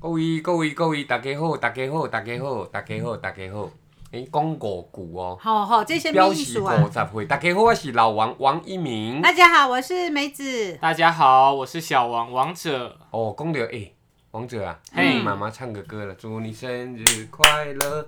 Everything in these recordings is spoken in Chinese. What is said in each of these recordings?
各位各位各位，大家好，大家好，大家好，大家好，大家好。诶，讲五句哦，好好，这些表秘示书五啊。十岁。大家好，我是老王王一鸣。大家好，我是梅子。大家好，我是小王王者。哦，讲到诶，王者啊，嗯嘿你妈妈唱个歌了，祝你生日快乐，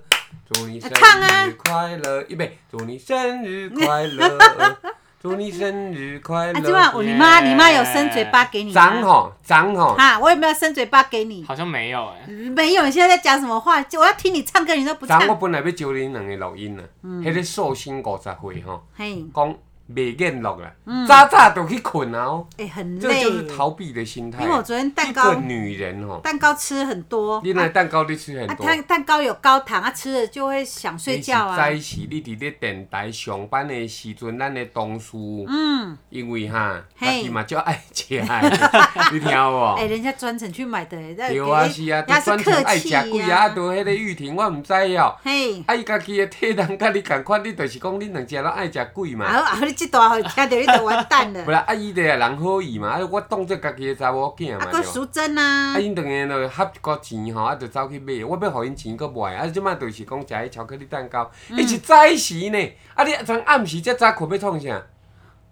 祝你生唱啊日快乐，预备，祝你生日快乐， 祝你生日快啊，今晚乐。我你妈，耶你妈有伸嘴巴给你长吗？吼长吼，哈，我有没有伸嘴巴给你？好像没有哎、嗯没有，你现在在讲什么话？就我要听你唱歌，你都不嗯昨我唱。本来要招恁两个录音啊，迄个寿星五十岁吼，嘿，讲袂瘾录啦，嗯早早就去困啊哦，哎，很这个累，就是因逃避的心态为。我昨天蛋一个糕女人吼，蛋糕吃很多，你那啊，蛋糕你吃很啊多。蛋蛋糕有高糖，啊，吃了就会想睡觉啊。你是早时你伫咧电台上班的时阵，咱的同事，嗯，因为哈，嘿家己嘛就爱食的， 你听有无哎，？人家专程去买的，那哎对啊，是啊，人家都专是程客爱气食呀。贵啊，都迄个玉婷，我毋知哦。嘿，啊，伊家己的体能甲你共款，你就是讲恁两家拢爱食贵嘛。啊啊，你这段话听到你就完 蛋不了。啦，啊，伊就人好意嘛，啊，我当做家己的查某囝啊，嘛，搁对吧淑珍啊啊，，因当然就合一个钱吼，啊，就走去买。我要互因钱，佫卖。啊，即摆就是讲食迄巧克力蛋糕，嗯伊是早时呢。啊，你昨暗时才早困要创啥？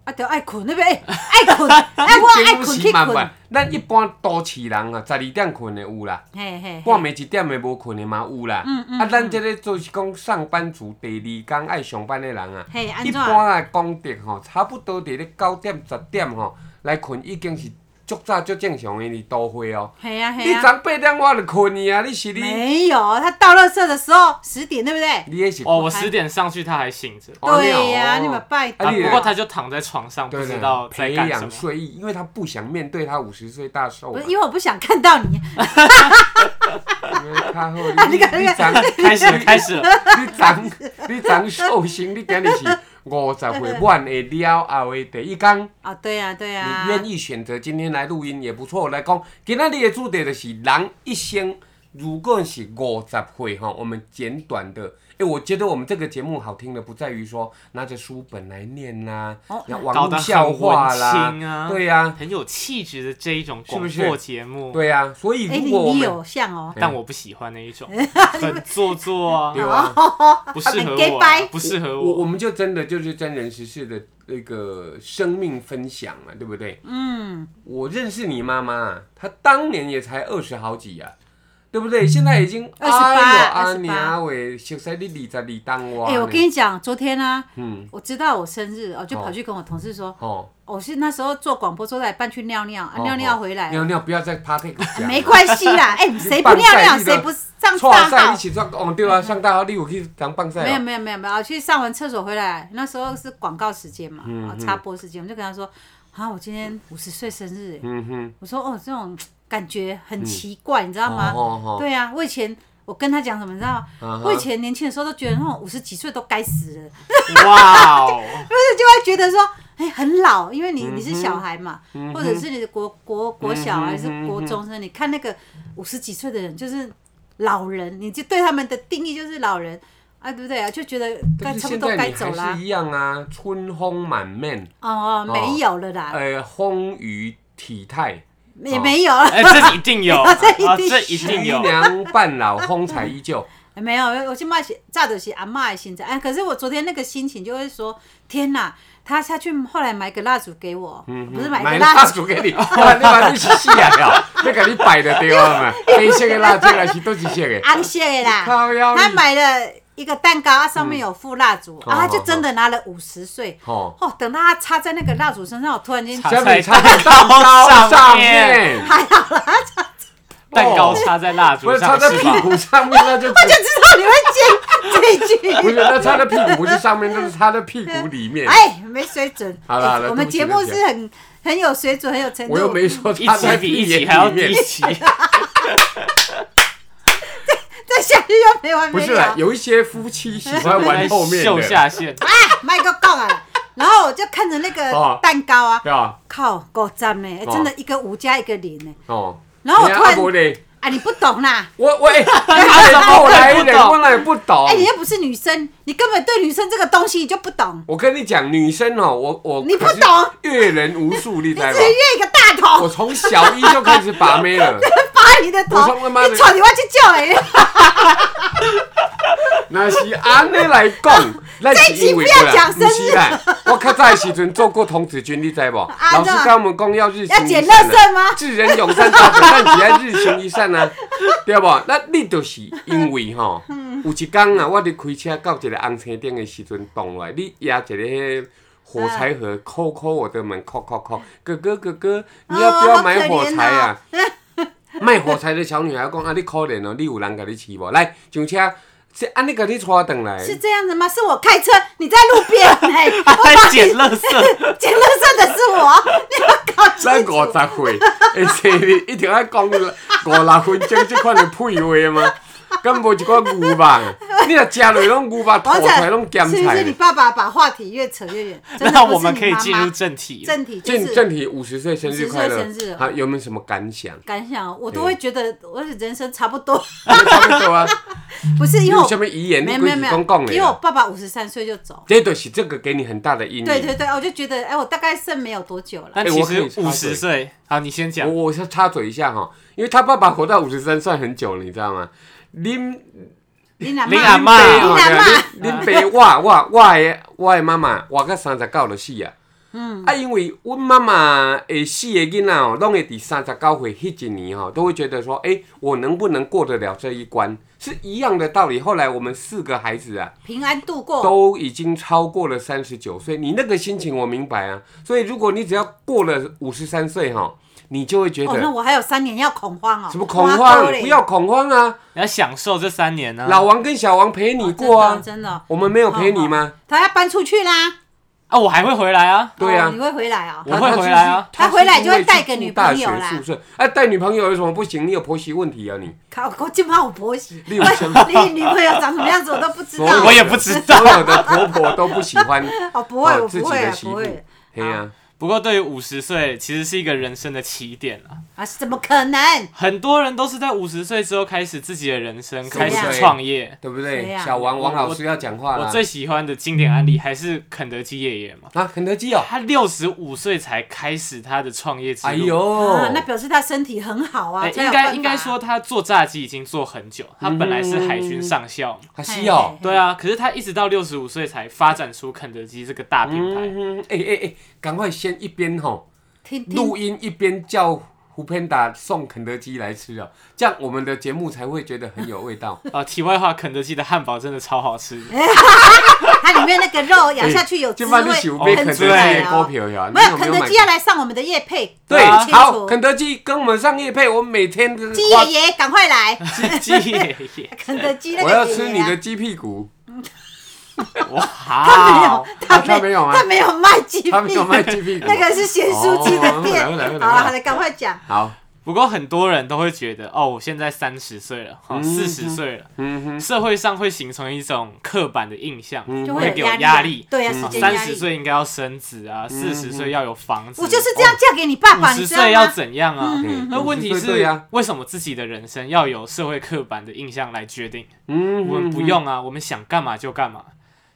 啊，就爱困那边，哎，爱困，哎，我爱困去慢困。。咱一般都市人啊，十二点困的有啦，嘿嘿，半嘿暝一点的无困的嘛有啦。嗯嗯啊，咱即个就是讲上班族第二工爱上班的人啊，嘿，安一怎？般啊讲得吼，差不多伫咧九点十点吼来困，已经是足早足正常的哩都会哦。嘿啊你嘿啊，昨八点我就困去啊，你是你。没有，他到垃圾的时候十点，对不对？你也是哦，我还十点上去，他还醒着、对呀，你们拜哦啊托。啊。你也不过他就躺在床上，不对知对道在培干什养么。睡意，因为他不想面对他五十岁大寿不嘛。是因为我不想看到你，因为他后啊你你看你长开始了，开始了。 你长你长寿星，你今日是五十岁满的了后的第一天，啊，对呀对呀你。愿意选择今天来录音也不错。来讲，今天你的主题就是人一生。如果是五十岁哈，我们简短的，哎、我觉得我们这个节目好听的不在于说拿着书本来念啦、哦那网搞络得很笑话啦文，青啊对呀、很有气质的这一种是不广是播节目，对呀、所以哎，如你果我你们、有像哦，但我不喜欢那一 种，很做作啊，对啊，哦不适合给我啊掰，不适合我我我。们就真的就是真人实事的那个生命分享嘛，对不对？嗯，我认识你妈妈，她当年也才二十好几啊，对不对？现在已经哎28阿28娘啊喂，熟悉你二十二当我呢。哎，我跟你讲，昨天呢，嗯，我知道我生日，我就哦跑去跟我同事说，哦，我是那时候做广播做到一半去尿尿，啊哦尿尿回来，尿尿不要再 party 讲了。 没关系啦，哎，谁不棒尿赛尿 你谁都不上错大赛号一？起错哦，对啊，上大号你有去当棒赛没有哦。没有没有没有，我去上完厕所回来，那时候是广告时间嘛，嗯啊嗯插播时间，我就跟他说，啊，我今天五十岁生日耶，嗯哼，我说哦，这种感觉很奇怪，你知道吗？哦哦对啊，我以前我跟他讲什么，你知道吗？啊哈我以前年轻的时候都觉得那哦种五十几岁都该死了，哇 哦，不是就会觉得说，哎、很老，因为你嗯哼你是小孩嘛，嗯哼或者是你的国国国小啊嗯哼还是国中生，你看那个五十几岁的人就是老人，你就对他们的定义就是老人啊，对不对啊？就觉得该但是差不现多在该你走还啦是。一样啊，春风满面，哦，没有了啦，呃，风雨体态。也哦没有 了，哎，这是一定 有，啊，这一定这一定凄有。凉半老，风采依旧。哎没有。我现在是炸的是阿嬷的心情，哎，可是我昨天那个心情就会说，天哪！他下去后来买个蜡烛给我， 不是买嗯买个蜡蜡烛，烛给你， 哇，你把你是死啊了， 你给你摆的对啊 嘛，黑色的蜡烛还是都是色的，安谢的啦。靠腰啊他你，买了一个蛋糕，啊，上面有附蜡烛，嗯啊，他就真的拿了五十岁。吼，哦，等到他插在那个蜡烛身上，我突然间插下面在插在蛋糕糕上上面面，还好啦，蛋糕插在蜡烛不是插上在是屁吧？股上面，那 就就知道 你会接这一 句。不是那插在屁股不是上面，那是插在屁股里面。哎，没水准。好啦好啦哎我们节目对不起是很很有水准，很有程度。我又没说一插在起比屁一起还要眼里低面，级， 再下去又没完不没是啦了，。有一些夫妻喜欢玩后 面秀的，下限。麦克杠啊！然后我就看着那哦个蛋糕啊，对吧？靠，够赞呢！哎哦真的一个五加一个零呢。哦，然后我突然不嘞，啊，你不懂啦！我我哎，你怎么来一点？我哪里不懂哎、？你又不是女生，你根本对女生这个东西你就不懂，我跟你讲，女生哦，我我你不可是懂阅人无数，你你知道只吗是？越一个大我头，从小一就开始把妹 了，把你的头，我说他妈的你瞅你我要去救哎、那是安尼来讲，那这是一集因为不要啦讲生日不是啦，我较早的时阵做过童子军，你知无？ 啊老师那跟我们讲要日行要捡一善啊垃圾吗智人永善道德，咱只要日行一善 啊，对无？那你就是因为吼，有一天啊，我伫开车到一个红车顶的时阵，动来你压一个迄火柴盒，扣扣我的门，扣扣扣，哥哥哥哥，你要不嗯哦要好买可火怜柴啊哦？ 卖火柴的小女孩讲：“啊，你可怜哦，你有人甲你饲无？来上车，是安尼甲你带转来。是这样子吗？是我开车，你在路边哎、他在捡垃圾， 捡垃圾的是我，你要搞咱清五楚。十岁，会生日一定要讲五六分钟即款的屁话吗？敢无一个牛肉？你若食落拢牛肉，吐王出者来拢咸是不是你菜。爸爸把话题越扯越远？真的那不是我们你可以妈妈进入正题。正题，就正是正题五十岁生日快乐50岁生日，哦啊，有没有什么感想？感想，我都会觉得我的人生差不多， 差不多啊，不是你因 为有我什么遗言？哦没你有规没有没是有讲讲，因为我的，啊爸爸五十三岁就走。这就是这个给你很大的阴影。对对对，我就觉得，哎，我大概剩没有多久 了。但哎其我可以实插五嘴十岁，好，你先讲我。我是插嘴一下哈，因为他爸爸活到五十三算很久了，你知道吗？恁你奶你阿妈，嬷哦你阿嬷对恁恁爸我我我的我的妈妈活到三十九就死啊。嗯，啊，因为阮妈妈会死的囡仔哦，拢会伫三十九岁迄一年哦，都会觉得说，诶，我能不能过得了这一关，是一样的道理。后来我们四个孩子啊，平安度过，都已经超过了三十九岁，你那个心情我明白啊。所以如果你只要过了五十三岁哈，你就会觉哦，那得我还有三年要恐慌哦。什么恐哇慌够，嘞嗯不要恐慌啊！你要享受这三年啊呢、老王跟小王陪你过哦啊，真的真的。我们没有陪你吗？他要搬出去啦，啊，我还会回来啊。对啊哦你会回来哦。我会回来啊他他回来就会带个女朋友啦大学宿舍，哎，带女朋友有什么不行？你有婆媳问题啊你？ 靠，我就怕我婆媳，你有什么你女朋友长什么样子我都不知所道。有的我也不知道 所有的婆婆都不喜欢哦，不会，哦我自不己会的啊，媳不妇会。。嘿呀，不过对于五十岁，其实是一个人生的起点啊。啊，怎么可能？很多人都是在五十岁之后开始自己的人生，啊谁开呀始创业。对不谁对？呀小王我王老师要讲话我了最喜欢的经典案例嗯还是肯德基爷爷嘛，啊，肯德基哦，他六十五岁才开始他的创业之哎路。呦啊，，那表示他身体很好啊，哎才有应办该法应该说，他做炸鸡已经做很久，他本来是海嗯军上校嘛，还是哦。对啊，可是他一直到六十五岁才发展出肯德基这个大品牌。嗯，哎哎哎，赶快先一边吼听听录音一边叫胡片达送肯德基来吃哦，这样我们的节目才会觉得很有味 道。啊，题外话，肯德基的汉堡真的超 好吃。它里面那个肉咬下去有滋今味，晚你是有买肯德很基出来的股哦。票呀？没你有，有没肯有德买基？要来上我们的夜配，对，搞清好，楚。肯德基跟我们上夜配，我每天的鸡爷爷，赶快来！鸡爷爷，肯德基那我个要爷爷吃啊你的鸡屁股，没哇有，啊他没有吗他没有卖鸡屁股，他没有卖鸡屁股那个是咸酥鸡的店。哦来来来来好了好了，赶快讲。好，不过很多人都会觉得，哦，我现在三十岁了，哦，四十岁了，嗯哼，社会上会形成一种刻板的印象，就会会给有我压力。对呀、啊，嗯时间三压十力。岁应该要生子啊，四十岁要有房子，我就是这样嫁给你爸五爸，十你知道岁要吗？怎样啊？嗯那问题50岁对是啊，为什么自己的人生要有社会刻板的印象来决定？嗯我们不哼，用啊，我们想干嘛就干嘛。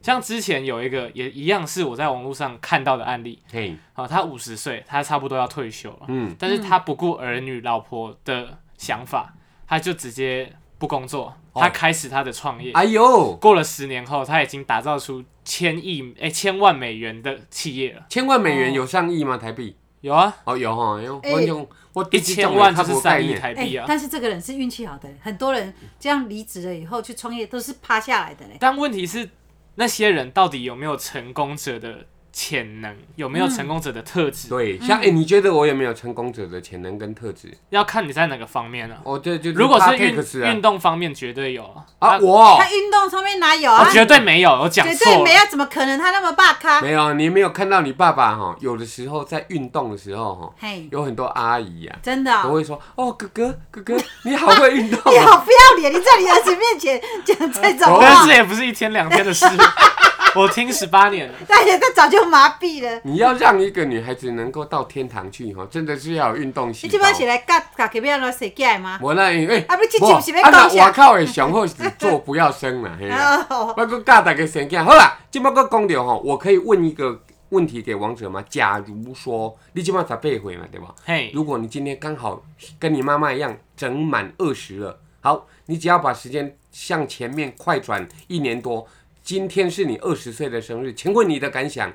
像之前有一个也一样是我在网络上看到的案例嘿，啊，他五十岁，他差不多要退休了，嗯，但是他不顾儿女、老婆的想法，他就直接不工作，哦他开始他的创业。哎呦，过了十年后，他已经打造出千亿哎、千万美元的企业了。千万美元有上亿吗？台币？有啊，哦，有哈，有，哎我用我一千万就是三亿台，台哎、币啊。但是这个人是运气好的，很多人这样离职了以后去创业都是趴下来的嘞。但问题是，那些人到底有没有成功者的潜能，有没有成功者的特质，嗯对，像哎，你觉得我有没有成功者的潜能跟特质？要看你在哪个方面啊。哦，这就如果是 p a 运 r k 运啊，动方面，绝对有啊。啊，啊我他运动上面哪有啊我？绝对没哦有，我讲绝对错没了。有，怎么可能他那么大咖？没有，你没有看到你爸爸哈，有的时候在运动的时候哈，嘿，有很多阿姨啊，真的哦、都会说：“哦，哥哥，哥哥，你好会运动 你哦。好不要脸！你在你儿子面前讲这种 但话是，也不是一天两天的事， 我听十八年了，大家都早就麻痹了。你要让一个女孩子能够到天堂去哈，真的是要有运动细你胞即。摆是来教教起要安怎生起来 吗？无那因为，啊不这集无是要啊讲那啥外口的上好是做不要生啦，嘿啦。 哦，我佮教大家生囝，好啦，即摆佮讲着吼，我可以问一个问题给王者吗？假如说你即摆十八岁嘛，对吧？嘿，如果你今天刚好跟你妈妈一样整满二十了，好，你只要把时间向前面快转一年多，今天是你二十岁的生日，请问你的感想？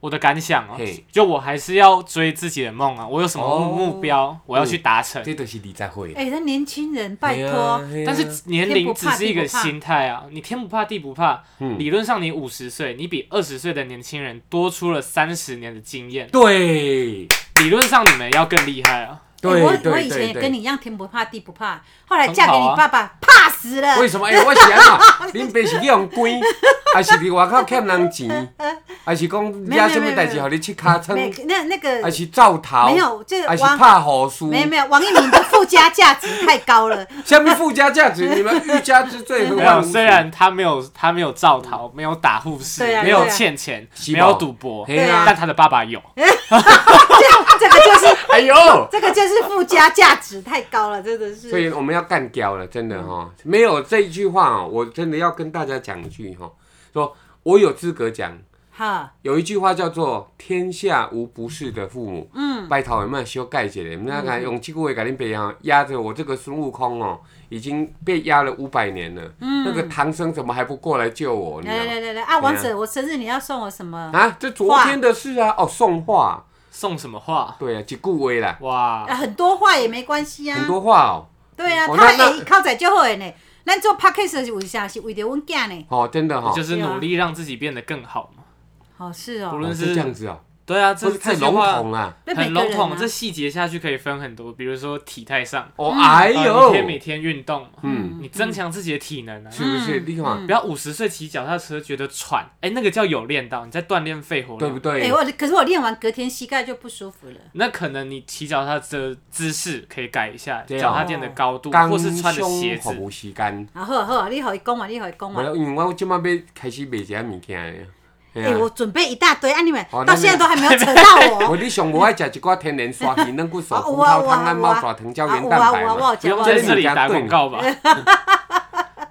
我的感想哦嘿，就我还是要追自己的梦啊，我有什么哦目标，我要去达成。这都是你在会，哎，那年轻人，拜托，哎但但是是年天龄不只怕是一地个不怕心态啊，你天不怕地不怕。嗯理论上你五十岁，你比二十岁的年轻人多出了三十年的经验，对理论上你们要更厉害啊。对哎我我对以前也对跟你对。一样，天不怕地不怕，后来很嫁给好你啊爸爸，怕死了。为什么？哎、我是安嘛？恁爸是去用关， 还是伫外口欠人钱，还是讲惹什么代志，互你去尻没川，那那还个是造逃，没有这个还是王怕好事？没有没有，王一鸣的附加价值太高了。 下面附加价值，你们欲加之罪何没患有，无辞虽然他没有他没有造逃，没有打护士，对啊没对有啊欠钱，吸没饱有赌博，嘿啊但他的爸爸有。这这个就是哎呦，这个就是附加价值太高了，真的所是。以我们要干掉了，真的哈、没有这一句话哦，我真的要跟大家讲一句哈、说我有资格讲，哈，有一句话叫做“天下无不是的父母”，嗯，拜托你们修改一下，你们那个用这句话给恁别啊，压着我这个孙悟空哦，已经被压了五百年了，嗯，哎那个唐僧怎么还不过来救我？你知来道吗来来来啊，王者，我生日你要送我什么？啊，这昨天的事啊，哦，送话，送什么话？对啊，几句话啦，哇啊，，很多话也没关系啊。很多话哦。对啊，哦他那那会靠在就好的呢。咱做 podcast 是为啥？是为着阮囝呢？哦，真的哈、哦，哎就是是努力让自己变得更好嘛。好是不哦，论是这样子哦，对啊，不这是太这句笼话统啊。那每很个笼人统，啊这细节下去可以分很多，比如说体态上，哦，哎哎呦，每天每天运动嘛，嗯你增强自己的体能啊。是不是？你看不要五十岁骑脚踏车觉得喘，哎、那个叫有练到，你在锻炼肺活对不量。对哎，？我可是我练完隔天膝盖就不舒服了。那可能你骑脚踏车姿势可以改一下，对啊脚踏垫的高度，刚或是穿的鞋子。无时间，啊，好啊好啊，你互伊讲嘛，你互伊讲我嘛。因为我即摆要开始卖一些物件的。嘿哎、啊我准备一大堆，啊，你们哦那到你现在都还没有扯到我。我你上无爱食一寡天然 鲨鱼软骨素、啊有葡啊萄糖、有啊有啊氨猫爪藤胶原有蛋啊白有啊，我嘛。有不讲，用我在有这这讲。里打广告吧？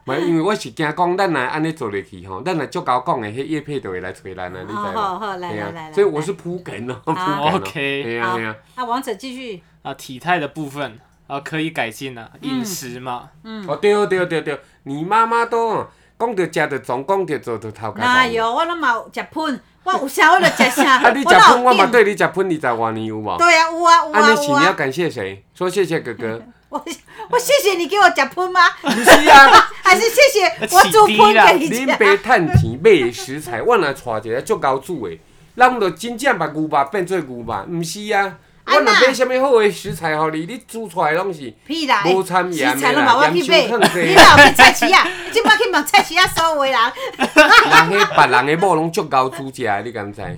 没，因为我是惊讲，咱来安尼做落去吼，咱来足够讲的，迄叶配就会来找咱啊，你知好无？哦好好，来嘿来啊来来。所以我是铺梗哦，铺梗好哦。 OK 嘿啊好嘿啊，啊，王者继续。啊，体态的部分啊，可以改进啊，嗯饮食嘛，嗯哦对哦对哦对哦对哦，你妈妈都讲着食着总，讲着做着头壳哪痛。有，我拢嘛有食喷，我有啥我就食啥。啊，你食哪有喷，我嘛变。对你食喷二十外年有无？对啊，有啊有啊，啊你请有你要啊。感谢谁？说谢谢哥 哥。我我谢谢你给我食喷吗？不是啊，还是谢谢 我煮喷给你吃恁？爸趁钱买的食 材，我若带一个足够煮的，咱就真正把牛肉变做牛肉，毋是啊。我啊若那买什物好的食材互你，你煮出来拢是 屁啦！欸无掺盐食的材拢啦嘛我去买盐， 伤济你哪有去菜市啊？ 即摆去问菜市啊，所有的人，人迄别人的某拢足够煮食的，你敢知？嘿，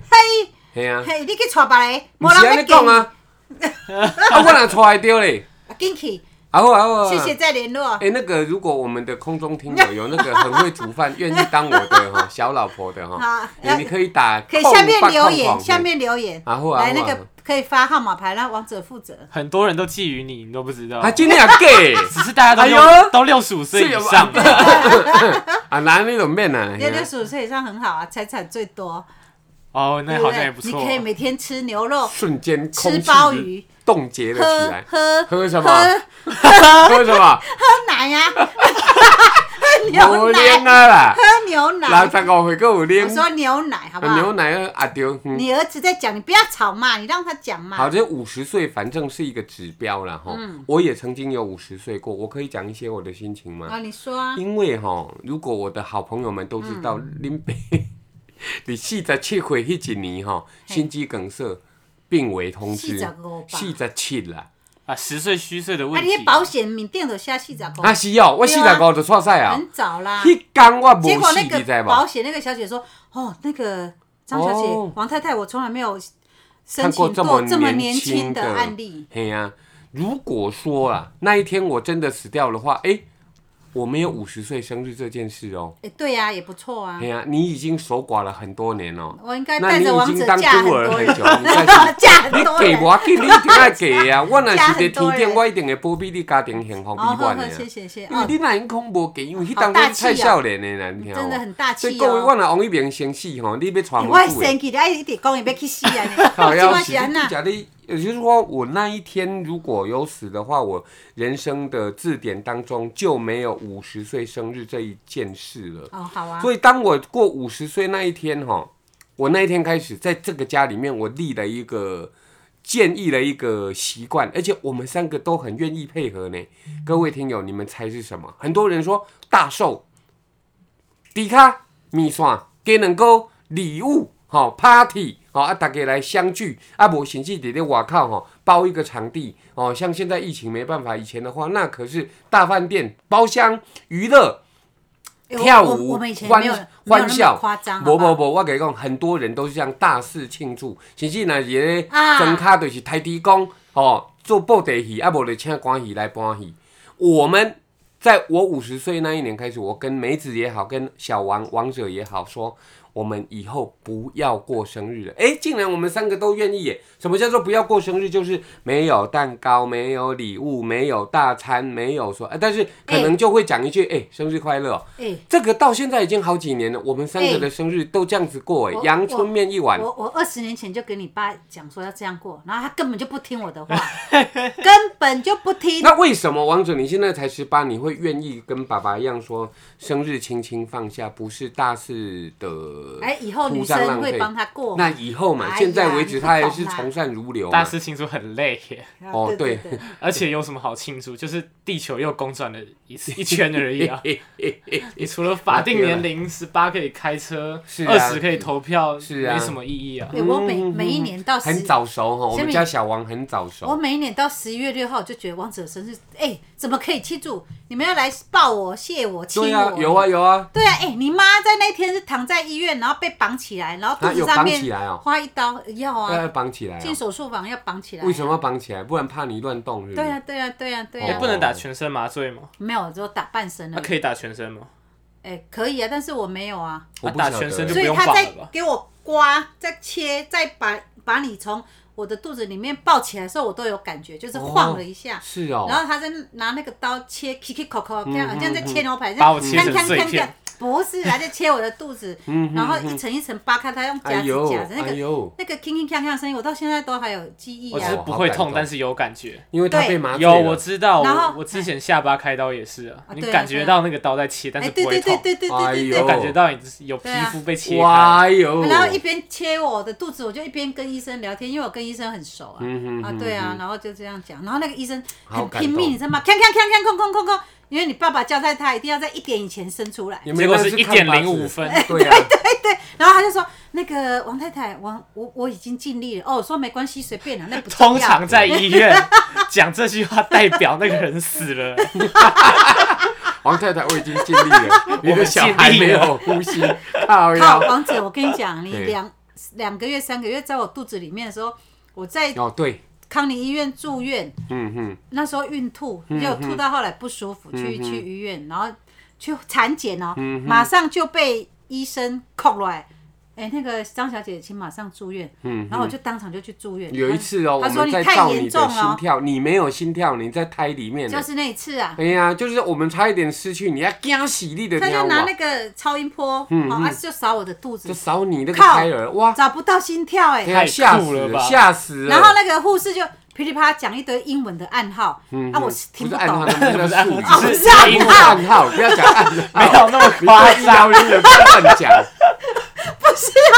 嘿啊，嘿，你去带 别个，毋无是人安要尼讲见啊。啊，我若带会着 咧。啊进去，啊好啊好啊。谢谢再联络。哎、那个如果我们的空中听 友有那个很会煮饭、愿意当我的哈小老婆的哈好，呃哎你可以打可以空下面八留空空言，对下面留言，啊好啊来好那啊个可以发号码牌，让王者负责。很多人都觊觎你，你都不知道。啊，今天也 gay 只是大家都六、哎呦都六十五岁以上，啊，男那种面啊，六六十五岁以上很好啊，财产最多，哦，那对好不像也对不？你错。可以每天吃牛肉，瞬间空吃气鲍鱼，冻结了起喝 来，喝喝什么喝啊喝什么？喝奶啊呀，喝 牛奶奶，啊啦，喝牛六奶。十五岁还有我奶，说牛奶好不啊好？牛奶啊啊对，嗯你儿子在讲，你不要吵嘛，你让他讲好，嘛。这五十岁反正是一个指标啦哈。嗯我也曾经有五十岁过，我可以讲一些我的心情吗？啊，你说啊，嗯因为哈，如果我的好朋友们都知道林北， 你四十七岁那一年哈，心肌梗塞病危通知， 45吧四十七啦。啊，十岁虚岁的啊，问你题。的保险面顶头写四十啊五，是哦，我四对十啊五就出赛啊。很早啦。迄天我无结果死，那你知个无保？险那个小姐说：“哦，那个张小姐、哦王太太，我从来没有申看过请这过么这么年年轻的案例。。嘿呀、啊，如果说啦，那一天我真的死掉的话，哎、我没有五十岁生日这件事哦。哎，对呀、也不错啊哎。呀，你已经守寡了很多年哦了，我应该那带你着王已子经当嫁很孤多儿人很，久，你再去 嫁很你多给人。我给你一定要给 呀、我若是加伫很多天人顶，我一定会保庇你家庭幸福美哦，呵满的、啊。呵，谢谢谢谢。因为哦，你若因恐无给，因为迄好当大中气哦太少年的啦，你听真的哦。很大所气哦。以各位，我若王一鸣先死吼，你要哎传我我的久生的。气，你爱一直讲伊要去死啊安尼。 我要即死！是安那？假的，也啊呃就是说，我那一天如果有死的话，我人生的字典当中就没有五十岁生日这一件事了。哦，好啊。所以当我过五十岁那一天哈，我那一天开始在这个家里面，我立了一个建议了一个习惯，而且我们三个都很愿意配合呢。各位听友，你们猜是什么？很多人说大寿、迪卡、米线、鸡卵糕、礼物、吼、party。吼啊，大家来相聚啊，无甚至伫咧外口吼、包一个场地哦，像现在疫情没办法，以前的话那可是大饭店、包厢、娱乐，哎我跳我舞我们以、前欢没有没有欢那么笑夸张，，啊不好不好不，我跟你讲，很多人都是这样大肆庆祝，甚至呢也啊真卡就是抬地公哦，做布袋戏，啊，无就请关戏来搬戏。我们在我五十岁那一年开始，我跟梅子也好，跟小王王者也好说。我们以后不要过生日了。哎，竟然我们三个都愿意耶！什么叫做不要过生日？就是没有蛋糕，没有礼物，没有大餐，没有说，啊、但是可能就会讲一句，哎，生日快乐哦、哎，这个到现在已经好几年了，我们三个哎的生日都这样子过、哎、我阳春面一碗，我我二十年前就跟你爸讲说要这样过，然后他根本就不听我的话，根本就不 听。那为什么王者你现在才十八，你会愿意跟爸爸一样说生日轻轻放下，不是大事的？哎，以后女铺张生浪会费帮他过嘛。那以后嘛，哎呀现在为止你不他还懂啊是啦从善如流大嘛。师庆祝很累耶，哦啊对对，而且有什么好庆祝？就是地球又公转了一次一圈而 已啊！你除了法定年龄十八可以开车，是啊二十可以投票，是啊没什么意义啊。对我每每一年到嗯很十，早熟哈，我先们你家小王很早我熟。每一年到十一月六号就觉得王者生日，哎，怎么可以庆祝？你们要来抱我、谢我、亲对啊，我？有啊有啊，对啊，哎、你妈在那天是躺在医院，然后被绑起来，然后肚啊有子上绑起面来哦花一刀，呃要要啊，绑起来、进哦。手术房要绑起来。为什么？要绑起来？不然怕你乱动是不是？对啊，对啊，对啊，对哦啊，不能打全身麻醉吗？没有，只有打半身那、而已。可以打全身吗？哎、可以啊，但是我没有啊，我不啊打晓全得身就所不以用他绑在了吧？给我刮、再切、再把把你从我的肚子里面抱起来的时候，我都有感觉，就是晃了一下。是哦。然后他在拿那个刀切 k i k i k o k o 这样好像在切牛排，这把样我切成碎片这样不是啊，在切我的肚子，然后一层一层扒开，他用哎夹子呦夹着那哎个呦，那个铿铿锵锵的声音，我到现在都还有记忆我只啊是。不会哦好感痛动，但是有感觉。因为他对被麻醉有，了。我知道，然我后我之前下巴开刀也是啊，啊你对啊感觉到那个刀在切，但哎，是对不会对对痛，对对哎对对呦对。感觉到你有皮对啊肤被切开。哇哟！然后一边切我的肚子，我就一边跟医生聊天，因为我跟医生很熟啊，嗯啊对啊，然后就这样讲，然后那个医生好很感拼动命，你知道吗？锵锵锵锵，空空空空，因为你爸爸交代他一定要在一点以前生出来，有没结有果那是一看点八零字 五分，对啊，然后他就说：“那个王太太，王我我已经尽力了。”哦，我说没关系，随便了，那不重通要。常在医院讲这句话，代表那个人死了。王太太我已经尽力 了，你的小孩没有呼吸，靠靠，腰。王姐，我跟你讲，你对两两个月、三个月在我肚子里面的时候，我在哦，对，康宁医院住院，嗯嗯，那时候孕吐，就吐到后来不舒服，去去医院，然后去产检哦，嗯马上就被医生扣来。哎、那个张小姐，请马上住院。然后我就当场就去住院。嗯有一次哦，我他说们你在太照你严重的了心哦，跳，你没有心跳，你在胎里面呢就。是那一次啊。哎呀，就是我们差一点失去，你要惊死你的他鸟就拿啊嗯那！个超音波，好，啊，就扫我的肚子就，扫你那个靠胎儿，哇！找不到心跳哎、哎呀，太吓酷死了了，吧吓死了！然后那个护士就噼里啪啦讲一堆英文的暗号，啊，我是听嗯不是暗懂号，。那叫术语， 不是不暗是哦号暗号，不要讲暗号，没有那么你 夸在医疗张。人员不要乱讲。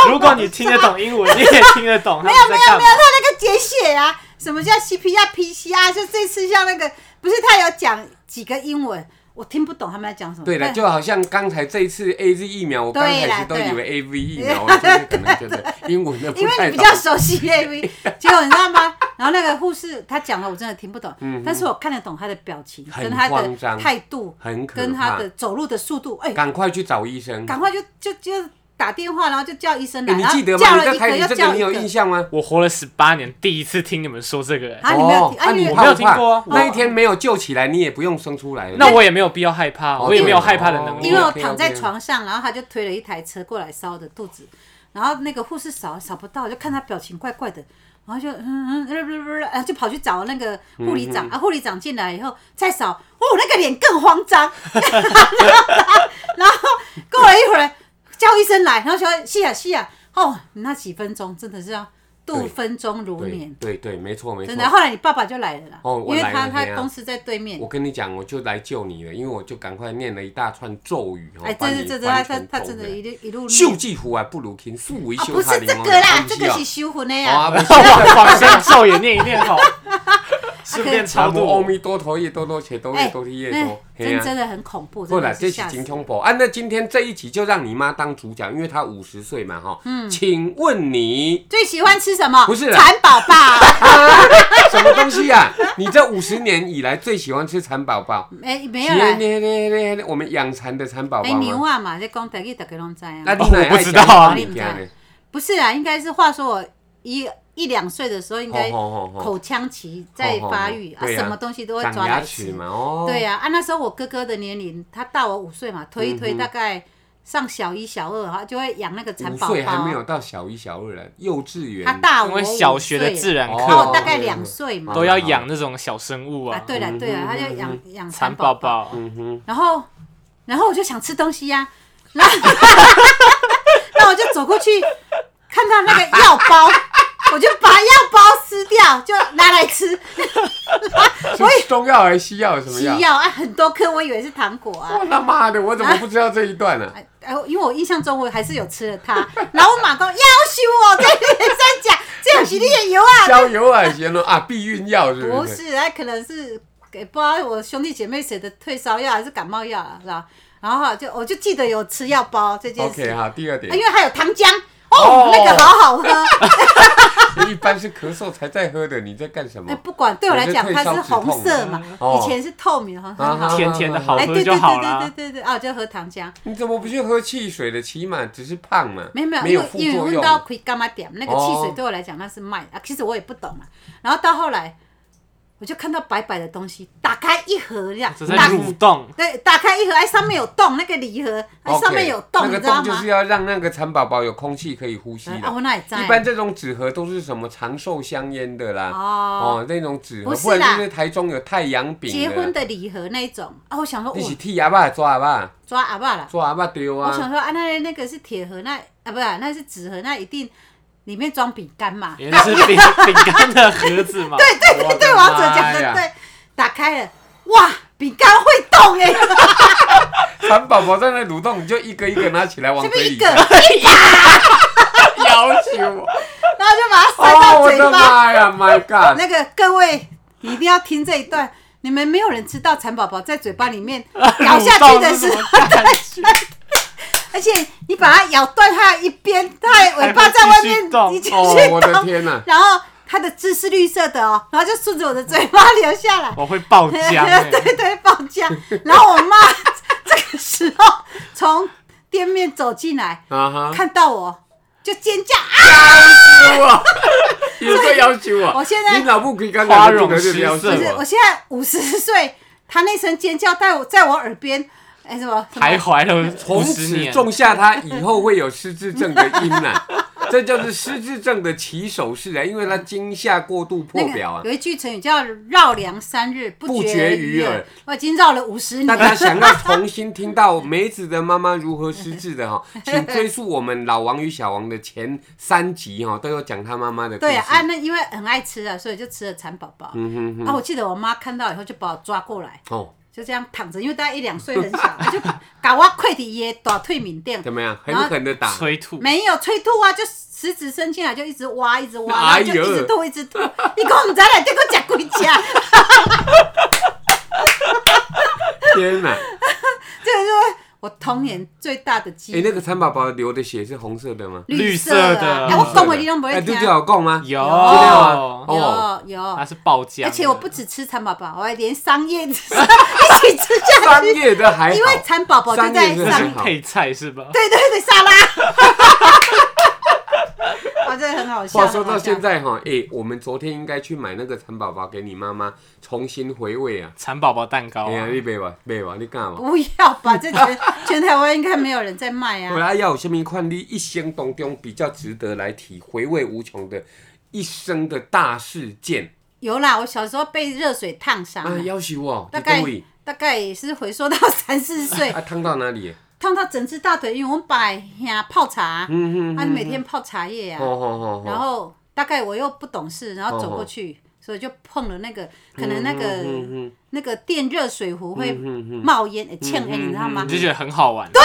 如果你听得懂英文，你也听得 懂他没们有没在有干没嘛有，。他那个简写啊，什么叫 CPR、PCR，就啊这次像那个，不是他有讲几个英文，我听不懂他们在讲什么。对了，但就好像刚才这一次 A Z 疫苗，我刚对开啦始都对以啦为 A V 疫苗，我就是可能觉得英文的不因为太 你比懂较。熟悉 AV，结果你知道吗？然后那个护士她讲了，我真的听不懂，但是我看得懂她的表情嗯很跟她慌的张态度，很可跟她怕的走路的速度，哎，赶快去找医生。赶快就就就打电话，然后就叫医生哎来，你然后记得啊叫吗？你了在一台个里又这个叫你一有个，印象吗？我活了十八年，第一次听你们说这个、哎啊，你没有哦听，啊，啊，你你怕我没有不听怕过啊那一天没有救起来，你也不用生出来哦了。那我也没有必要害怕，哦我也没有对害怕的能哦力因为。我 OK，OK 躺在床上，然后他就推了一台车过来烧我的肚子，然后那个护士扫扫不到，我就看他表情怪怪的，然后就嗯嗯，呃不不不呃就跑去找那个护理长、啊，护理长进来以后再扫，哦，那个脸更慌张，然后然后过了一会儿叫医生来，然后说是啊是啊，哦，那几分钟真的是要度对分钟如对年，对对，没错没错真。的。后来你爸爸就来了啦，哦我因为来他了他嘿啊公司在对面我，跟你讲，我就来救你了，因为我就赶快念了一大串咒语。哦哎，把这你是这是他完他全他投真的回来一路一路秀技乎啊，不如听素为啊，秀不是他这灵王个啦，的这东个西啊是修魂的哦啊，呀。 不是往往先咒也念一念 好，是不是变超南无阿度？弥多陀夜多多且多夜多提夜多，嘿哎真啊真的很恐怖，后真来的这是是吓死金。胸宝啊，那今天这一集就让你妈当主角，因为她五十岁嘛哈。嗯，请问你最喜欢吃什么？不是啦蚕宝啊宝。 什么东西 啊？你这五十年以来最喜欢吃蚕宝宝？没没有啦，咧咧咧咧我们养蚕的蚕宝宝哎牛吗？啊嘛，这讲台语大家拢知那你哪啊。哦我爱不知讲道啊你听呢？不是啊，应该是话说我一一两岁的时候，应该吼吼吼吼口腔期在发育吼啊，吼对啊什么东西都会长抓牙来齿吃。嘛，哦，对呀，啊那时候我哥哥的年龄，他大我五岁嘛，推一推嗯大概上小一小二哈，就会养那个啊蚕五宝宝。岁还没有到小一、小二了，幼稚园他大因我为五小学的岁自然哦，哦大课概两岁嘛。哦都要养那种小生物啊啊，，对了对了，他就养养蚕蚕宝宝，宝。嗯哼，然后然后我就想吃东西呀、然后 那我就走过去看到那个药包，我就把药包撕掉，就拿来吃。是中药还是西药？什么西药？药啊，很多颗，我以为是糖果啊。我他妈的，我怎么不知道这一段 呢、哎哎，因为我印象中我还是有吃了它，然后我马 公要求我在脸上讲，这有是你的油啊，逍遥啊，邪论啊，避孕药是不不是？是，那可能是给不知道我兄弟姐妹谁的退烧药还是感冒药啊，是吧？然后就我就记得有吃药包这件事 OK，好，第二啊因点，为还有糖浆哦哦，那个好 好喝。一般是咳嗽才在喝的，你在干什哎，么？不管对我来讲，有些退它烧是红色嘛止痛的，哦以前是透明，很 啊很好。甜甜的好哎，喝对对就对好对对啦。对对，啊，我就喝糖浆。你怎么不去喝汽水的？起码只是胖嘛，没有没有，没因有为副因为作问用。到可以干嘛点那个汽水哦对我来讲那是卖的啊，其实我也不懂嘛。然后到后来，我就看到白白的东西，打开一盒这样，这在打蠕动，对，打开一盒，哎，上面有洞，那个礼盒，哎， OK，上面有洞，那你个知道洞就吗是？要让那个蚕宝宝有空气可以呼吸哎啊，的。我哪里在？一般这种纸盒都是什么长寿香烟的啦，哦哦，那种纸盒，不是不啦然就是台中有太阳饼结啦婚的礼盒那一种啊，我想说，你是我剃牙巴抓牙巴，抓阿爸啦，抓牙巴丢我想啊！说啊，那那个是铁盒，那啊不是啊，那是纸盒，那一定里面装饼干嘛？啊 也是饼饼干的盒子嘛。对对我的对，王者讲妈呀的对，打开了，哇，饼干会 动哎、欸，蚕宝宝在那蠕动，你就一个一个拿起来往这么嘴一里个，塞，要求我！然后就把它塞哦，到我嘴的巴。妈呀，My God！ 那个各位，你一定要听这一段，你们没有人知道蚕宝宝在嘴巴里面咬下 去的 蠕动是时什候么感 觉？而且你把它咬断它的一边，它的尾巴在外面还会继续动你继续哦，我的动，天哪！然后它的汁是绿色的哦，然后就顺着我的嘴巴流下来，！我会爆浆哎 欸对对，爆浆。然后我妈这个时候从店面走进来，啊哈，看到我就尖叫啊！哇， 有在要求我！ 我现在你脑部可以刚花容失色不是，啊我现在五十岁，她那声尖叫在我在我耳边，哎什么？什么徘徊了从五十此年，种下他以后会有失智症的因呐、这就是失智症的起手式啊，因为他惊吓过度破表那啊个。有一句成语叫“绕梁三日不不绝绝于于耳耳”，我已经绕了五十大年家了。想要重新听到梅子的妈妈如何失智的哈，请追溯我们老王与小王的前三集哈，都有讲他妈妈的故事。嗯对啊，啊那因为很爱吃啊，所以就吃了蚕宝宝。啊，我记得我妈看到以后就把我抓过来，哦，就这样躺着，因为大概一两岁很小，就搞我跪底也打退 敏店，怎么样？狠狠的打，催吐，没有催吐啊，就食指伸进来就一直挖，一直挖，哎然后呦就一直吐，一直吐。你讲我们咱俩这个假鬼假，天哪！这个就是 我童年最大的记哎，忆。那个蚕宝宝流的血是红色的吗？绿色啊色的哎，我讲话你都不会哎听对。对，有讲吗？有啊哦有有，它是爆浆的，而且我不只吃蚕宝宝，我还连桑叶一起吃下三月的 还好 因，为蚕宝宝就三月在那的上很是好配菜是吧？对对对，沙拉。哇，真的很好笑。话说很到好笑现，在哈，哎、我们昨天应该去买那个蚕宝宝给你妈妈重新回味啊。蚕宝宝蛋糕哎呀、啊，你买吧，买吧，你干嘛？不要吧，这全全台湾应该没有人在卖我啊。来要有什么款你一生当中比较值得来提回味无穷的一生的大事件有啦，我小时候被热水烫伤啊？了，要求哦，大你概各位大概也是回溯到三四岁，啊，烫到哪里？烫到整只大腿，因为我们把呀泡茶，啊，每天泡茶叶啊，哦哦然哦后大概我又不懂事，然后走哦过哦去，所以就碰了那个，可能那个、嗯嗯那个电热水壶会冒烟，欸呛、烟，你知道吗？你就觉得很好玩。对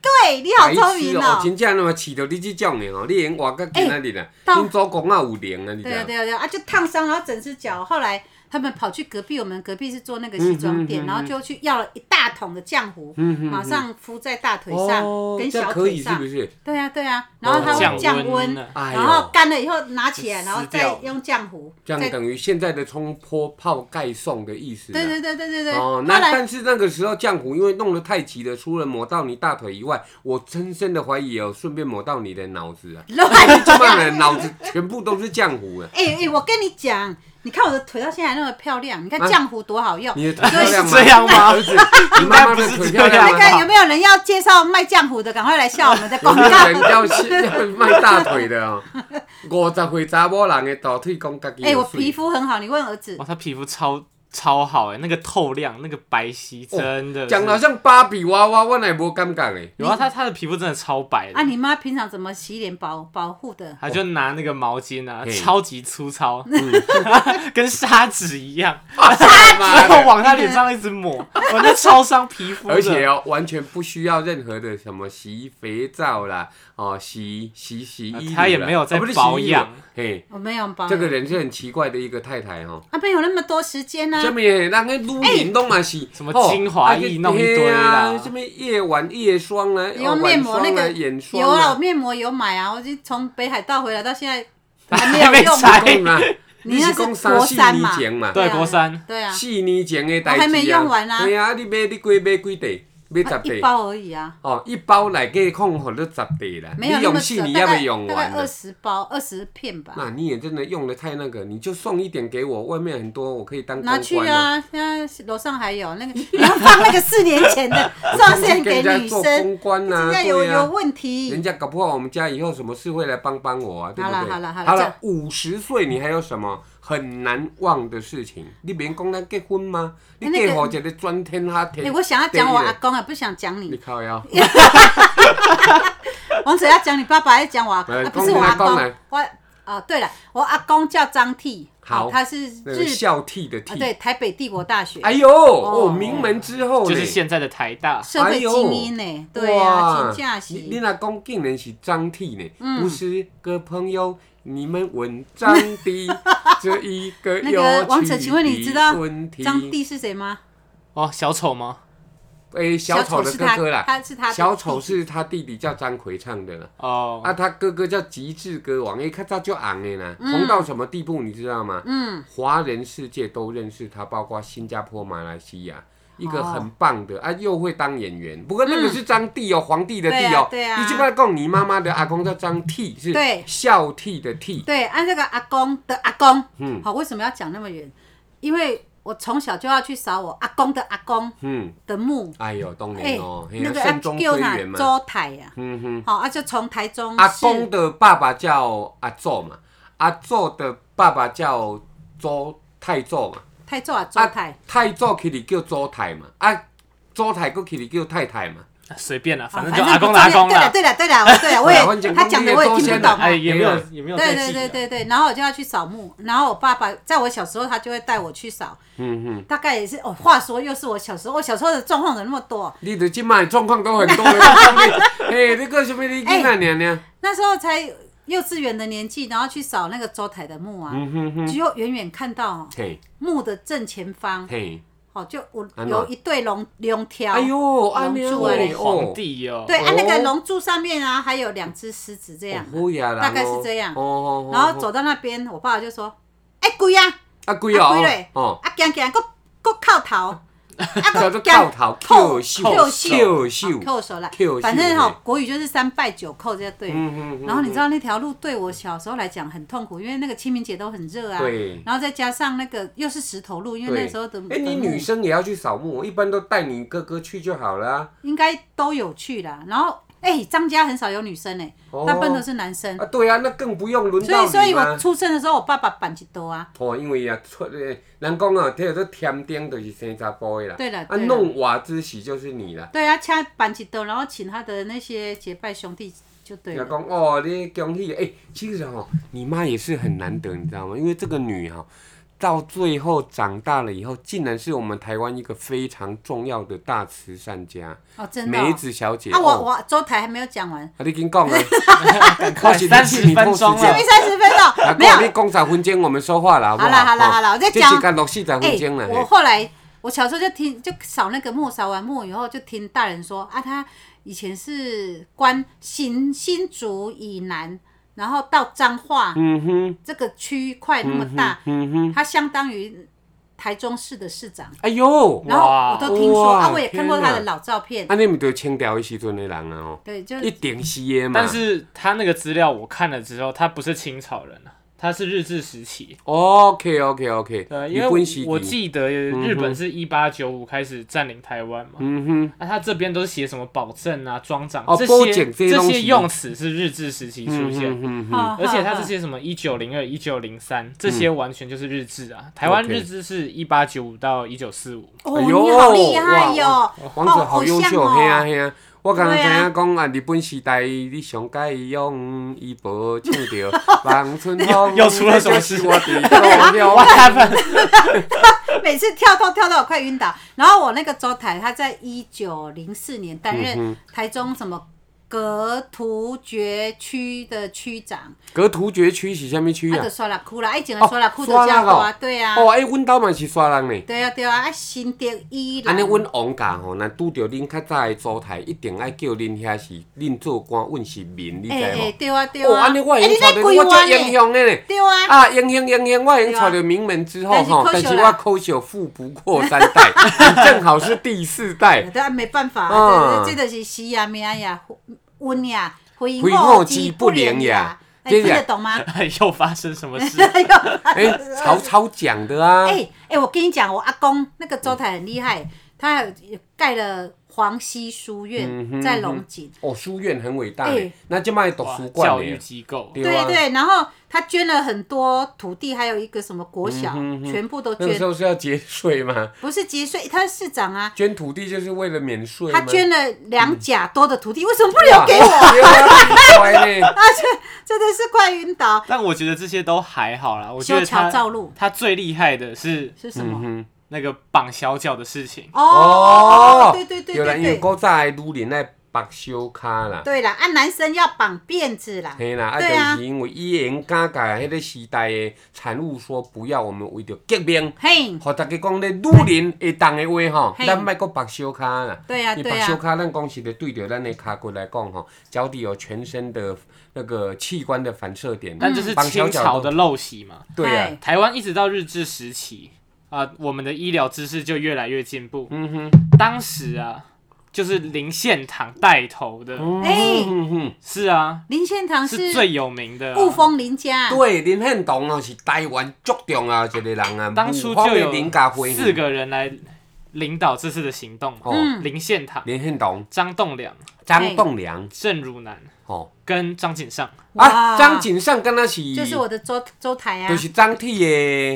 对，你好白聪痴明哦哦、！真正那么饲到你这种的哦，你用活到今仔日啦，哎到恁祖公啊有灵啊，你知对啊道？对啊对啊，啊就烫伤，然后整只脚。后来他们跑去隔壁，我们隔壁是做那个西装嗯店，然后就去要了一大桶的浆糊，马上敷在大腿上、哦，跟这样小可腿以是上不。是？对啊对啊，然后它哦会降降温温啊，哎呦然后干了以后拿起来，就然后撕再掉用浆糊，这再样等于现在的冲坡泡盖送的意思啦。啊对对对对对对。哦，后那来，但是那个时候浆糊因为弄得太急了，除了抹到你大腿以外，我深深的怀疑有顺便抹到你的脑子啊乱 这么人脑子全部都是浆糊 啊！哎哎，我跟你讲，你看我的腿到现在那么漂亮，你看啊浆糊多好用。你的腿漂亮吗？是这样吗儿子，你妈妈的腿漂亮那吗？个有没有人要介绍卖浆糊的？赶快来笑我们的有 广没有人告。要要卖大腿的哦？五十岁查某人的大腿讲家己哎，我有皮水，肤很好，你问儿子哇，。他皮肤超超好哎，那个透亮，那个白皙，哦真的是讲得好像芭比娃娃，我乃无感觉诶。有啊，他他的皮肤真的超白啊，的，你妈平常怎么洗脸保保护的？他就拿那个毛巾啊，嘿嗯超级粗糙， 跟砂纸一 样，妈然后的往他脸上一直抹，我那超伤皮肤的。而且哦，完全不需要任何的什么洗衣肥皂啦，哦，洗洗洗衣乳啦、他也没有在啊不是洗衣乳保养嘿，我没有保养。这个人是很奇怪的一个太太哦。啊，没有那么多时间啊呢。下面那个露营都嘛是哎什么精华液弄一堆啦啊，什么夜晚夜霜啦，有哦面膜晚那霜啦个眼霜有啊，我啦，面膜有买啊，我就从北海道回来到现 在还没还有没用拆完。我懂啦，你那啊是是讲国四三年嘛前嘛， 对啊国三对啊，四年前的代我志还没用完啊对啊，啊你买你几买几袋，买啊十袋。一包而已啊，哦，一包来给控好多十袋啦，没有你那么用四久，年大也概未用大完概呢二。十包，二十片吧。那你也真的用的太那个，你就送一点给我，外面很多，我可以当公拿去关啊。 啊！现在楼上还有那个， 你要放那个四年前的 照去片跟给人家女做生，公关呐、人啊，家有对有啊。问人题。家搞不好我们家以后什么事会来帮帮我啊，对不对？好啦好啦好啦好这了样，五十岁你还有什么很难忘的事情？你别讲咱结婚吗？你那个结好一个转天哈天。哎，我想要讲我阿公啊，不想讲你你。靠呀！ 王子要讲你爸爸，要讲我阿公，来啊不是我公阿来公公来，我哦对了，我阿公叫张悌，好哦他是那个日孝悌的啊悌。对台北帝国大学哎呦，哦，名门之后就呢是现在的台大，社会精英呢，对啊，请你假嗯哎你席。那公竟然是张悌呢？不是个朋友，你们文章 的这一个那有个王趣者，请问你的知道问题张悌是谁吗？哦，小丑吗？诶哎小丑的是哥他哥啦，他是他的小弟丑弟是他弟弟叫张奎唱的啦。哦，啊，他哥哥叫极致歌王，诶，看他就昂诶啦，嗯红到什么地步你知道吗？嗯，华人世界都认识他，包括新加坡、马来西哦亚，一个很棒的、啊，又会当演员。不过那个是张帝哦，皇帝的帝哦，对啊对啊你就不要供你妈妈的阿公叫张悌，是对孝悌的悌。对，按这个阿公的阿公，嗯好，为什么要讲那么远？因为我从小就要去扫我阿公的阿公嗯，的墓，哎呦，当哎、然哦，嘿啊那个慎终追远嘛。周台呀、嗯哼，好、啊就从台中阿市公的爸爸叫阿祖嘛，阿祖的爸爸叫周太祖嘛。台中啊周啊台，太祖起哩叫祖太嘛，啊，祖太佫起哩叫太太嘛，随便啦，反啊正就阿公的阿反公正啦，对了对了对了，我对了我 反也正他讲的我也听不对懂啊。哎，也没有也没有对对在对记啊。对对，然后我就要去扫墓，然后我爸爸在我小时候，他就会带我去扫，嗯哼，大概也是哦。话说又是我小时候，我小时候的状况怎么那么多、你的即卖状况都很 多了，哎，你个什么你囡仔娘娘，那时候才幼稚园的年纪，然后去扫那个周台的墓啊，嗯只有远远看到哦嘿墓的正前方，嘿，哦，就我安哪有一对龙龙条，哎呦，安尼龙珠啊哦你，皇哦，帝哦，对，啊哦按、那个龙柱上面啊，还有两只狮子这样，啊好呀啦，大概是这样哦哦，哦然后走到那边，我爸爸就说：“哎、鬼啊，啊贵啊哦贵嘞，哦，啊，行行，搁搁靠头， 叫做到头扣扣扣袖袖袖袖扣手啦扣手，反正嘿哈国语就是三拜九叩这个对。嗯嗯嗯，然后你知道那条路对我小时候来讲很痛苦，因为那个清明节都很热啊。对。然后再加上那个又是石头路，因为对那时候的哎，你的女路生也要去扫墓，我一般都带你哥哥去就好了啊。应该都有去啦。然后哎，张家很少有女生哎，哦大部分都是男生啊，。对啊，那更不用轮所到以，所以你我吗？出生的时候，我爸爸板一多啊，哦，因为啊，出呃，人讲啊，叫做添丁就是生查甫的啦。对啦啊，对啦弄瓦之喜就是你啦。对啊，掐板一多，然后请他的那些结拜兄弟就对人了。讲哦，你恭喜！哎、其实哦，你妈也是很难得，你知道吗？因为这个女哈、到最后长大了以后，竟然是我们台湾一个非常重要的大慈善家，哦，真的哦、梅子小姐。啊，哦我我周台还没有讲完，啊，你跟讲啊， 赶快我是三十分钟是还啊没了，三十 分啊钟，，没有讲。你讲十分钟，我们说话了，好不好？好啦好啦哦好啦我再这讲哎时间六四十分钟了。我嘿后来我小时候就听，就扫那个墓，扫完墓以后就听大人说啊，他以前是关新新竹以南，然后到彰化、嗯哼，这个区块那么大，嗯哼，他相当于台中市的市长。哎呦，然后我都听说哇啊，我也看过他的天哪老照片，啊，你们就清朝的时阵的人啊，哦，对，就一定是的嘛。但是他那个资料我看了之后，他不是清朝人啊，他是日治时期。 OK OK OK，对，啊因为我我记得日本是一八九五开始占领台湾嘛，啊嗯哼，那、他这边都是写什么保证啊、庄长、哦这保些证这些这东西些用词是日治时期出现，嗯哼，嗯而而且他这些什么一九零二、一九零三这些完全就是日治啊。台湾 OK 日治是一八九五到一九四五，哦，哎你呦好厉害哇哟，王子好偶优像秀，嘿啊哦，嘿啊。我刚刚知对啊影讲啊，日本时代你上街用伊无唱着 《望春 风》，又出了什么事这就是我的动了我 每次跳都跳到我快晕倒。然后我那个周台，他在一九零四年担任台中什么格图觉区的区长， 隔突厥区是啥物区他啊就？刷啦哭啦，哎，整哦个刷啦哭都沙加拉多啊，哦对啊，哦，哎，阮兜嘛是沙人呢。对啊，对啊，啊，新店依安然尼，，阮王家吼，若拄着恁较早的祖台，一定爱叫恁遐是恁做官，阮是民，你知哎哎，无？对啊，对哦，啊，安尼我哎会你晓在得，规我划足影呢，响的呢。对啊，啊，英英英英，我已经对啊娶到名门之后但是吼，可但惜是啦我扣小富不过三 代，你正好是第四代。对啊，没办法嗯啊，这这就是死呀、命呀、温呀、回非我我之之不不良良呀呀，哎，这听是得懂吗？又发生什么事？哎，曹操讲的啊哎、，哎、我跟你讲，我阿公那个周台很厉害，他还有盖了黄溪书院、嗯在龙井。哦，书院很伟大呢哎，那就卖读哇书馆教育呢，机构，对对啊。对，然后他捐了很多土地，还有一个什么国嗯小，全部都那个时捐，候是要节税嘛，不是节税，他是市长啊，捐土地就是为了免税嘛。嗯他捐了两甲多的土地，为什么不留给我？对啊，奇怪 呢。真的是快晕倒。但我觉得这些都还好啦。我觉得修桥他造路他最厉害的是是什么？嗯那个绑小脚的事嗯情。哦，对对对有人因为对对，古早的女人爱绑小卡啦。对啦，啊，男生要绑辫子啦，嘿啦，啊，对啊就是因为伊沿家家迄个时代的产物说不要，我们为着革命，嘿，互大家讲咧，女人会当的话吼，嗯嘿咱莫阁白小骹啦。对啊你对白啊小骹，咱讲实的，对着咱的骹骨来讲吼，脚底有全身的那个器官的反射点，嗯但这是绑小清脚朝都的陋习嘛。对啊哎，台湾一直到日治时期啊、我们的医疗知识就越来越进步。嗯哼，当时啊，就是林献堂带头的，哎，嗯哼，是啊，林献堂是是最有名的啊、雾峰林家，对，啊林献堂哦是台湾足重要的一个人啊，当初武汉就的有林家辉，四个人来领导这次的行动。哦，嗯林献堂、林献堂、张栋梁、张栋梁，郑汝南哦，跟张景尚，啊，哇张景上敢若是，就是我的周周台啊，就是张铁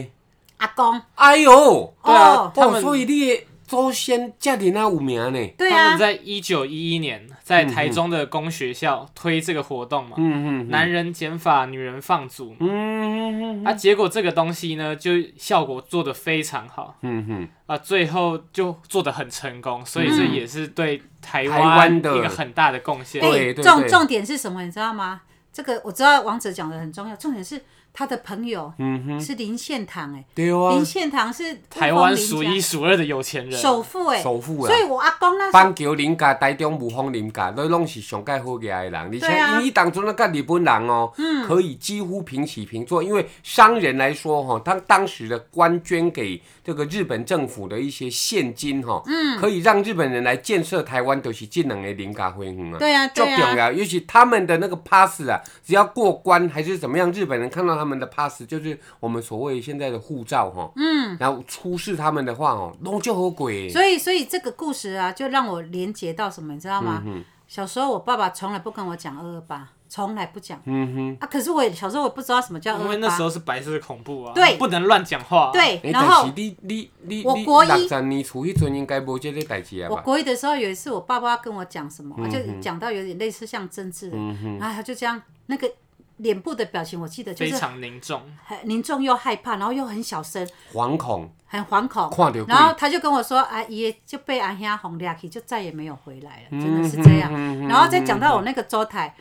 的。阿公，哎呦，对啊他哦，们所以你的祖先遮尔啊有名呢。对他啊们，在一九一一年在台中的公学校推这个活动嘛，嗯嗯男人减法，女人放逐嘛。嗯啊，结果这个东西呢，就效果做得非常好嗯嗯，啊，最后就做得很成功，所以这也是对台台湾的一个很大的贡献对。哎重重点是什么，你知道吗？这个我知道，王者讲的很重要，重点是他的朋友嗯哼，是林献堂哎、对啊林，献堂是台湾数一数二的有钱人，首富哎、首富啊所。以我阿公那时候板桥林家、台中五峰林家，都拢是上盖好个的人，而且对啊因为当初那个日本人哦，可以几乎平起平坐，因为商人来说哈、哦，他当时的官捐给这个日本政府的一些现金哈、哦，可以让日本人来建设台湾，都、是这两个林家花园啊。对啊就对重啊，要，尤其他们的那个 pass 啊，只要过关还是怎么样，日本人看到他们的 pass，就是我们所谓现在的护照哈、哦，嗯，然后出示他们的话哦，拢就好鬼。所以所以这个故事啊，就让我连接到什么，你知道吗？小时候我爸爸从来不跟我讲二二八，从来不讲、嗯哼。啊。可是我也小时候我不知道什么叫二因为二那时八，候是白色恐怖啊，对不能乱讲话、啊，，对欸、，然但后是你你你我你国一六十年厝迄阵应该无即个代志啊我吧？国一的时候，有一次我爸爸跟我讲什么，嗯啊就讲到有点类似像政治人，然后他就这样那个脸部的表情，我记得就非是常凝重。嗯很凝重又害怕，然后又很小声，惶恐，很惶恐。看到鬼然后他就跟我说：“啊，爷就被阿兄哄掠去，就再也没有回来嗯了，真的是这样。然后再讲到我那个周台，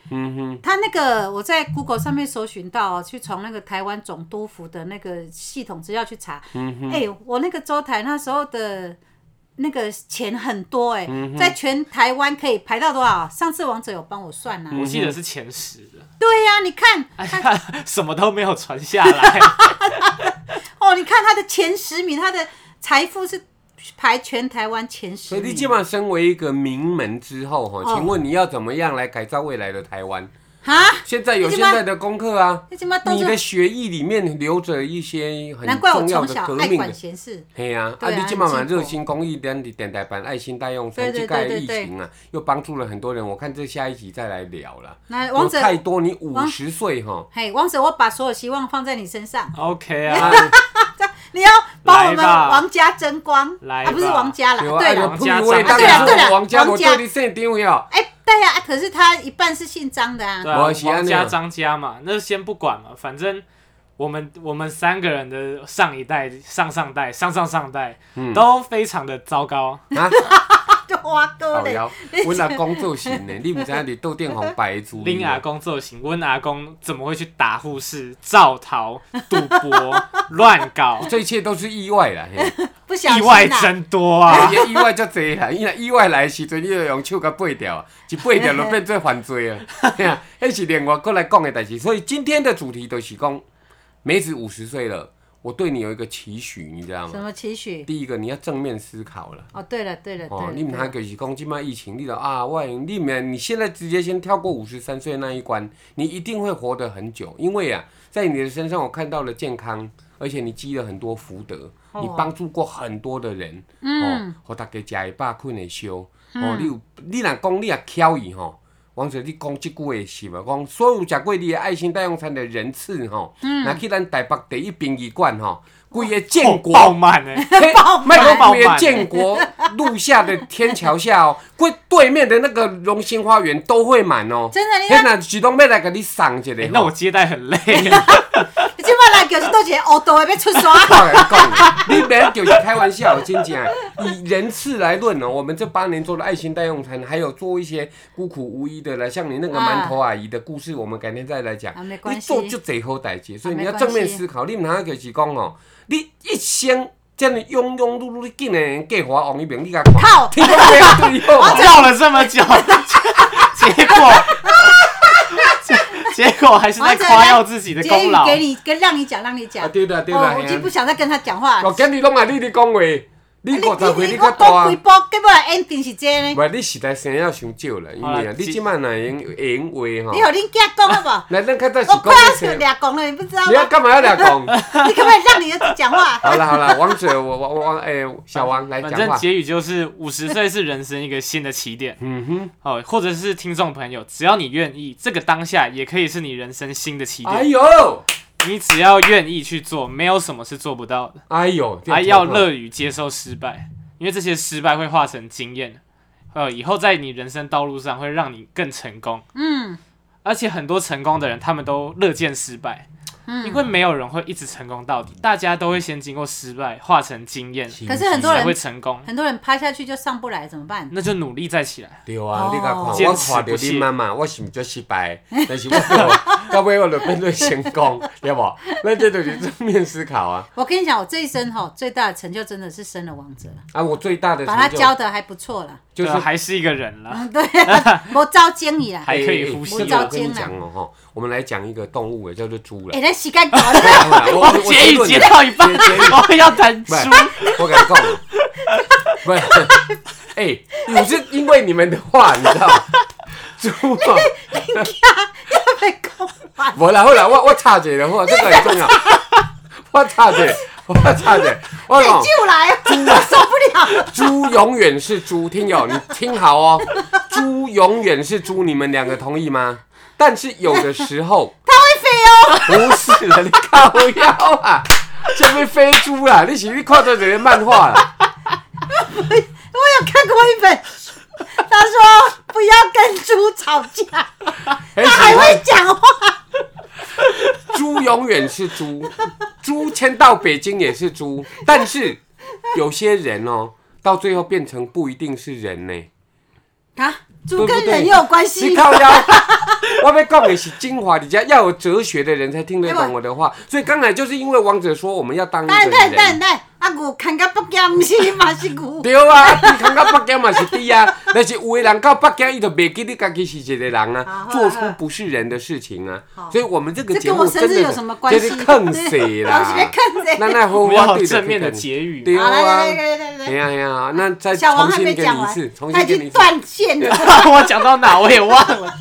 他那嗯个我在 Google 上面搜寻到、哦，去从那个台湾总督府的那个系统资料去查。哎、嗯我那个周台那时候的。那个钱很多哎、嗯在全台湾可以排到多少？上次王者有帮我算呐、我嗯记得是前十的，对呀、你看哎呀，什么都没有传 下来，哦，你看他的前十名，他的财富是排全台湾前十所以名。你基本上身为一个名门之后哈，哦请问你要怎么样来改造未来的台湾？啊，现在有你现现在在的功课啊，你怎么都你的是？学艺里面留着一些很难怪我重要从的小革爱命管的。闲事。嘿呀、啊，对啊你今慢慢很辛苦热心公益，咱的电台版爱心代用对三对这个对疫对情啊，又帮助了很多人。我看这下一集再来聊了。那有哎王者，太多，你五王十岁 哈，嘿，王者，我把所有希望放在你身上， OK 啊啊，，你要帮我来们吧王家争光，来啊，不是吧王家啦，对啊，对啊了，了你不会当啊对了对然了是王家，王我家对你姓张呀。 哎，对呀，啊可是他一半是姓张的啊对，啊，我喜欢王那家样张家嘛，那先不管嘛，反正我们我们三个人的上一代、上上代、上上上代、都非常的糟糕，啊，就花哥好嘞，聊，阮阿公做神的，你毋知影伫桌顶红白 猪。拎阿公做行，温阿公怎么会去打护士、造逃、赌博、乱搞？这一切都是意外啦，嘿不小意心啊外啦，真多啊！也意外足济啦。伊若意外来的时阵，你就用手甲掰掉，一掰掉就变做犯罪 啊。嘿啊，迄是另外过来讲的代志。所以今天的主题就是讲，梅子五十岁了，我对你有一个期许，你知道什吗？么期许？第一个，你要正面思考了。哦，对了，对了，对哦了，，你们对还了可是讲即卖疫情，你就啊，我的你们你现在直接先跳过五十三岁那一关，你一定会活得很久，因为啊，在你的身上我看到了健康，而且你积了很多福德，哦嗯你帮助过很多的人，哦，互大家食一饱困会休，哦，你有你若讲你若巧伊吼。王者，你讲即句话是无？讲所有食过你的爱心代用餐的人次吼，嗯拿、去咱台北第一殡仪馆吼，规个哎建国爆满呢、嘿 爆满麦克风连建国路下的天桥下 哦，过对面的那个龙兴花园都会满哦。真的你天哪，许东妹来给你赏一下哦欸嘞。，那我接待很累， 你今摆来就是倒一个黑道的要出山我跟你讲，你别就是开玩笑，真正的以人次来论哦，我们这八年做的爱心代用餐，还有做一些孤苦无依的了，像你那个馒头阿姨的故事，我们改天再来讲啊没。关你系做就最好代志，所以啊你没要关系正面思考。你唔通就是讲哦，你一生这样庸庸碌碌，你竟然计划往一边，你甲看，靠天公伯啊对哦绕了这么久，结果结果还是在夸耀自己的结功语劳。给你，跟让你讲，让你啊讲。对的对的，哦，我已嘿经啊不想再跟他讲话了我。今日拢爱你咧讲话，你五十岁你较我大讲。几波，结果 ending 是这个呢。喂，你时代生了伤少啦，因好为啦啊，你这即摆若用会用话你吼互，恁囝讲好 不好？来咱较哦早是我讲快要要是生，俩讲了，你不知道你要吗？干嘛要俩讲？ 你可不可以让你儿子讲话？好了好了，王者，我我我王哎，小王来反讲正话。结语就是五十岁是人生一个新的起点。嗯哼，哦，或者是听众朋友，只要你愿意，这个当下也可以是你人生新的起哎点。呦你只要愿意去做，没有什么是做不到的。哎呦，还要乐于接受失败，因为这些失败会化成经验，呃，以后在你人生道路上会让你更成功。嗯，而且很多成功的人，他们都乐见失败，因为没有人会一直成功到底，大家都会先经过失败，化成经验，是可是很多才会人成功。很多人拍下去就上不来，怎么办？那就努力再起来。对啊，你甲看，哦我坚持看不着懈你妈妈，我是毋做失败， 但是我就到尾我就变做成功， 对无？咱这就是正面思考啊！我跟你讲，我这一生哈最大的成就真的是生了王者，啊，我最大的把他成教就的还不错了，就是对啊还是一个人啦，我招 经你啦。还可以呼吸哎哎我啊我跟你照讲哦，吼，我们来讲一个动物，叫做猪了哎、。咱时间到了，我我结语我结到一半，结结语我要弹不出是，我跟你讲啊，不是，哎，我是因为你们的话，你知道吗，猪啊，被讲 完。无啦，好啦，我我插嘴的话，这个很重要， 我插嘴，我插嘴，我你讲。就来啊！我受不了了。猪永远是猪，听友你听好哦，猪永远是猪，你们两个同意吗？但是有的时候 它会飞哦，不是了，你靠腰啊，这边飞猪啦，你是你看到这些漫画啦，我有看过一本书，他说不要跟猪吵 架，很他喜还欢会讲话。猪永远是猪，猪迁到北京也是猪，但是有些人哦，到最后变成不一定是人呢、啊，对猪不对跟人也有关系你。靠腰，我被告的是精华，你家要有哲学的人才听得懂我的 话。所以刚才就是因为王者说我们要当一等个等等人，等，啊牛看到北京，不是嘛是牛。 对啊，你看到北京嘛是对啊， 但是有的人到北京，伊就袂记你家己是一个人啊，好做出不是人的事情啊。所以我们这个这节跟目我真生的日有什么关系？这是坑死啦 我是！坑谁？那那 我好们要好好正面的结，结语。对好，来啊来。来来来哎来，呀哎呀，那再小王重还新没给你讲一完次，，重他新已给你一经次。断线了。 我讲到哪我也忘了。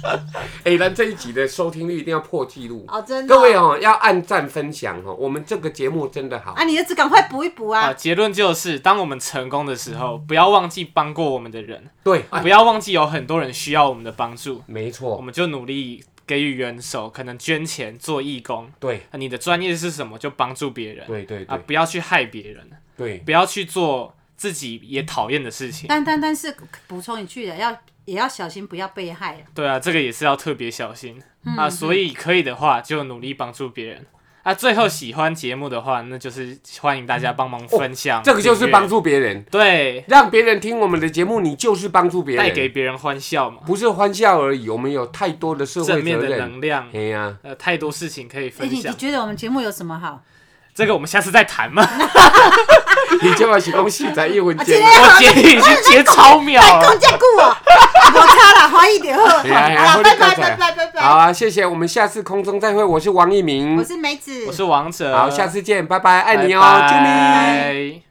哎，咱这一集的收听率一定要破纪录哦，真的。各位，哦，要按赞分享哦，我们这个节目真的好。啊，你儿子赶快补一补啊，啊！结论就是，当我们成功的时候，不要忘记帮过我们的人，对，哎不要忘记有很多人需要我们的帮助，没我错，们就努力给予援手，可能捐钱做义工。对，啊你的专业是什么，就帮助别人。对对啊，对不要去害别人，对，不要去做自己也讨厌的事情。但但但是补充一句的，要也要小心，不要被害了。对啊，这个也是要特别小心、嗯啊。所以可以的话，就努力帮助别人。啊，最后喜欢节目的话，那就是欢迎大家帮忙分享、哦这个就是订阅帮助别人，对，让别人听我们的节目，你就是帮助别带给人，别人欢笑嘛，不是欢笑而已。我们有太多的社会正责面的任，能量，哎呀，呃，太多事情可以哎，分你享你。觉得我们节目有什么好？这个我们下次再谈嘛。你这把是恭喜在一文啊，节今目天。我结 语已经结超秒了，讲这久 哦，无差啦，欢喜就好。好哎啊呀哎呀啦，好拜你拜讲拜啥拜拜好拜。啊，谢谢，我们下次空中再会。我是王一鸣我，是梅子，我是王者，好，下次见，拜拜，爱你哦，拜啾咪。拜